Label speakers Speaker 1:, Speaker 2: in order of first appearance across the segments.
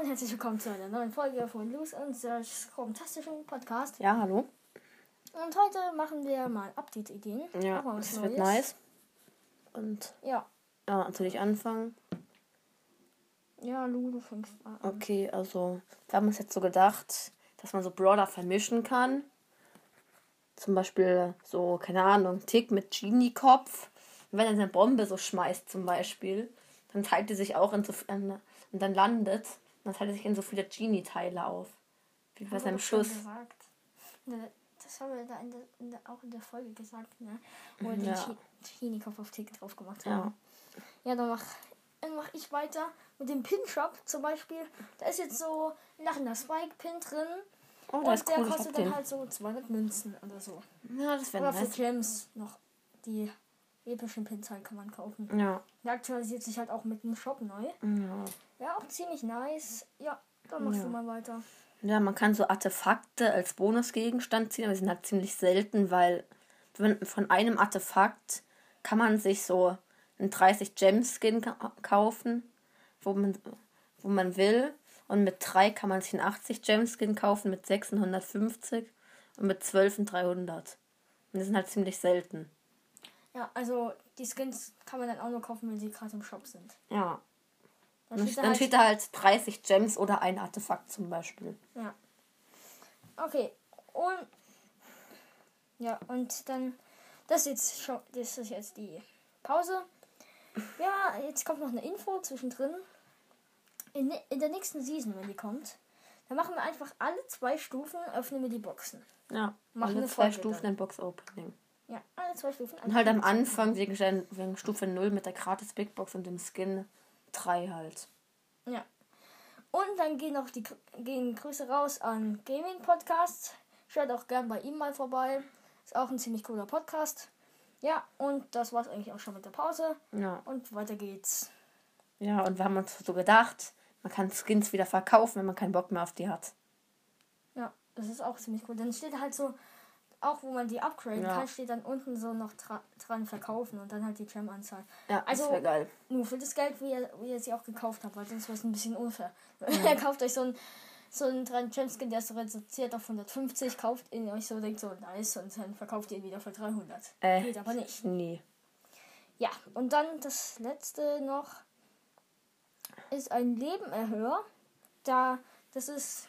Speaker 1: und herzlich willkommen zu einer neuen Folge von Luz und Serge's fantastischen Podcast.
Speaker 2: Ja, hallo.
Speaker 1: Und heute machen wir mal Update-Ideen.
Speaker 2: Ja,
Speaker 1: Machen wir Oh, was
Speaker 2: es wird
Speaker 1: Neues.
Speaker 2: nice. Und
Speaker 1: Ja.
Speaker 2: ja, natürlich anfangen.
Speaker 1: Ja, Lu, du fängst mal an.
Speaker 2: Okay, also wir haben uns jetzt so gedacht, dass man so Brawler vermischen kann. Zum Beispiel so, keine Ahnung, Tick mit Genie-Kopf. Und wenn er seine Bombe so schmeißt zum Beispiel, dann teilt die sich auch in so in, und dann landet, und dann teilt er sich in so viele Genie-Teile auf. Wie bei
Speaker 1: Haben wir
Speaker 2: seinem
Speaker 1: doch schon
Speaker 2: Schuss.
Speaker 1: Gesagt. Ne, Das haben wir da in der, in der, auch in der Folge gesagt, ne? Wo wir
Speaker 2: Mhm, Ja.
Speaker 1: den Chini-Kopf auf Tick drauf gemacht
Speaker 2: Ja.
Speaker 1: haben. Ja, dann mach, dann mach ich weiter mit dem Pin-Shop zum Beispiel. Da ist jetzt so nach einer Spike-Pin drin.
Speaker 2: Oh, da ist
Speaker 1: und der
Speaker 2: cool, ich hab
Speaker 1: kostet dann
Speaker 2: den.
Speaker 1: halt so 200 Münzen oder so.
Speaker 2: Ja, das wäre
Speaker 1: Oder für
Speaker 2: nice.
Speaker 1: Gems noch. Die epischen Pins halt kann man kaufen.
Speaker 2: Ja.
Speaker 1: Der aktualisiert sich halt auch mit dem Shop neu.
Speaker 2: ja.
Speaker 1: Ja, auch ziemlich nice. Ja, dann machst
Speaker 2: Ja.
Speaker 1: du mal weiter.
Speaker 2: Ja, man kann so Artefakte als Bonusgegenstand ziehen, aber die sind halt ziemlich selten, weil wenn- von einem Artefakt kann man sich so einen 30 Gem-Skin ka- kaufen, wo man, wo man will. Und mit 3 kann man sich einen 80 Gem-Skin kaufen, mit 6 einen 150 und mit 12 einen 300. Und die sind halt ziemlich selten.
Speaker 1: Ja, also die Skins kann man dann auch nur kaufen, wenn sie gerade im Shop sind.
Speaker 2: Ja.
Speaker 1: Dann
Speaker 2: Und
Speaker 1: steht da
Speaker 2: dann
Speaker 1: halt-
Speaker 2: steht da halt 30 Gems oder ein Artefakt zum Beispiel.
Speaker 1: Ja. Okay. Und ja, und dann das ist jetzt schon das ist jetzt die Pause. Ja, jetzt kommt noch eine Info zwischendrin. In, in der nächsten Season, wenn die kommt, dann machen wir einfach alle zwei Stufen, öffnen wir die Boxen.
Speaker 2: Ja.
Speaker 1: Machen
Speaker 2: Machen
Speaker 1: wir
Speaker 2: wir zwei
Speaker 1: Folge
Speaker 2: Stufen
Speaker 1: dann.
Speaker 2: ein Box-Opening.
Speaker 1: Ja, alle zwei Stufen.
Speaker 2: Und halt am Anfang wegen, Stein- wegen Stufe 0 mit der gratis Big Box und dem Skin 3 halt.
Speaker 1: Ja. Und dann gehen auch die Gr- gehen Grüße raus an Gaming Podcast. Schaut auch gern bei ihm mal vorbei. Ist auch ein ziemlich cooler Podcast. Ja, und das war's eigentlich auch schon mit der Pause.
Speaker 2: Ja.
Speaker 1: Und weiter geht's.
Speaker 2: Ja, und wir haben uns so gedacht, man kann Skins wieder verkaufen, wenn man keinen Bock mehr auf die hat.
Speaker 1: Ja, das ist auch ziemlich cool. Dann steht halt so, auch wo man die upgraden
Speaker 2: Ja.
Speaker 1: kann, steht dann unten so noch dra dran verkaufen und dann halt die Gem-Anzahl.
Speaker 2: Ja,
Speaker 1: Also-
Speaker 2: das wäre geil.
Speaker 1: Nur für das Geld, wie ihr, wie ihr sie auch gekauft habt, weil sonst wäre es ein bisschen unfair. ihr kauft euch so einen, so einen 3 Gemskin, der ist so reduziert auf 150, kauft ihn euch so, denkt so, nice, und dann verkauft ihr ihn wieder für 300.
Speaker 2: Äh.
Speaker 1: Geht aber nicht.
Speaker 2: Nee.
Speaker 1: Ja, und dann das letzte noch ist ein Lebenerhöher. Da, das ist,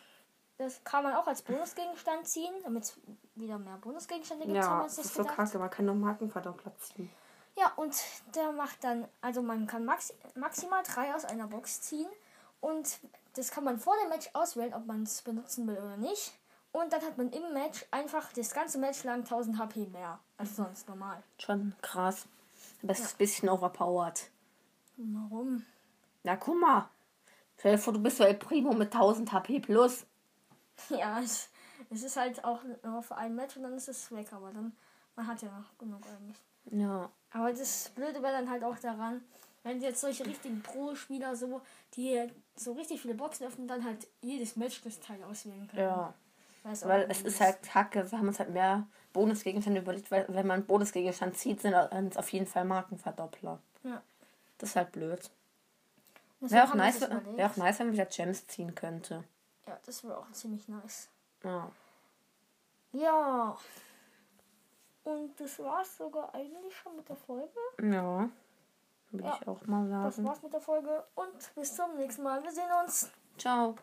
Speaker 1: das kann man auch als Bonusgegenstand ziehen, damit es wieder mehr Bonusgegenstände gibt, haben wir uns das gedacht.
Speaker 2: man kann noch Markenverdoppler ziehen.
Speaker 1: Ja, und der macht dann, also man kann maxi maximal drei aus einer Box ziehen und das kann man vor dem Match auswählen, ob man es benutzen will oder nicht. Und dann hat man im Match einfach das ganze Match lang 1000 HP mehr als sonst normal.
Speaker 2: Schon krass. Aber es ist ein bisschen overpowered.
Speaker 1: Warum?
Speaker 2: Na, guck mal. Stell dir vor, du bist so El Primo mit 1000 HP plus.
Speaker 1: Ja, es, es ist halt auch nur für ein Match und dann ist es weg, aber dann, man hat ja noch genug eigentlich.
Speaker 2: Ja.
Speaker 1: Aber das Blöde wäre dann halt auch daran, wenn jetzt solche richtigen Pro-Spieler so, die so richtig viele Boxen öffnen, dann halt jedes Match das Teil auswählen können.
Speaker 2: Ja.
Speaker 1: Weiß auch
Speaker 2: Weil
Speaker 1: nicht,
Speaker 2: es
Speaker 1: wie
Speaker 2: ist
Speaker 1: das-
Speaker 2: halt kacke. Wir haben uns halt mehr Bonusgegenstände überlegt, weil wenn man einen Bonusgegenstand zieht, sind es auf jeden Fall Markenverdoppler.
Speaker 1: Ja.
Speaker 2: Das ist halt blöd.
Speaker 1: Deswegen
Speaker 2: Wäre auch,
Speaker 1: haben wir
Speaker 2: nice,
Speaker 1: das überlegt.
Speaker 2: wär auch nice, wenn man wieder Gems ziehen könnte.
Speaker 1: Ja, das wäre auch ziemlich nice.
Speaker 2: Ja.
Speaker 1: Ja. Und das war's sogar eigentlich schon mit der Folge.
Speaker 2: Ja. Würde
Speaker 1: Ja.
Speaker 2: ich auch mal
Speaker 1: Das
Speaker 2: sagen.
Speaker 1: war's mit der Folge und bis zum nächsten Mal. Wir sehen uns.
Speaker 2: Ciao.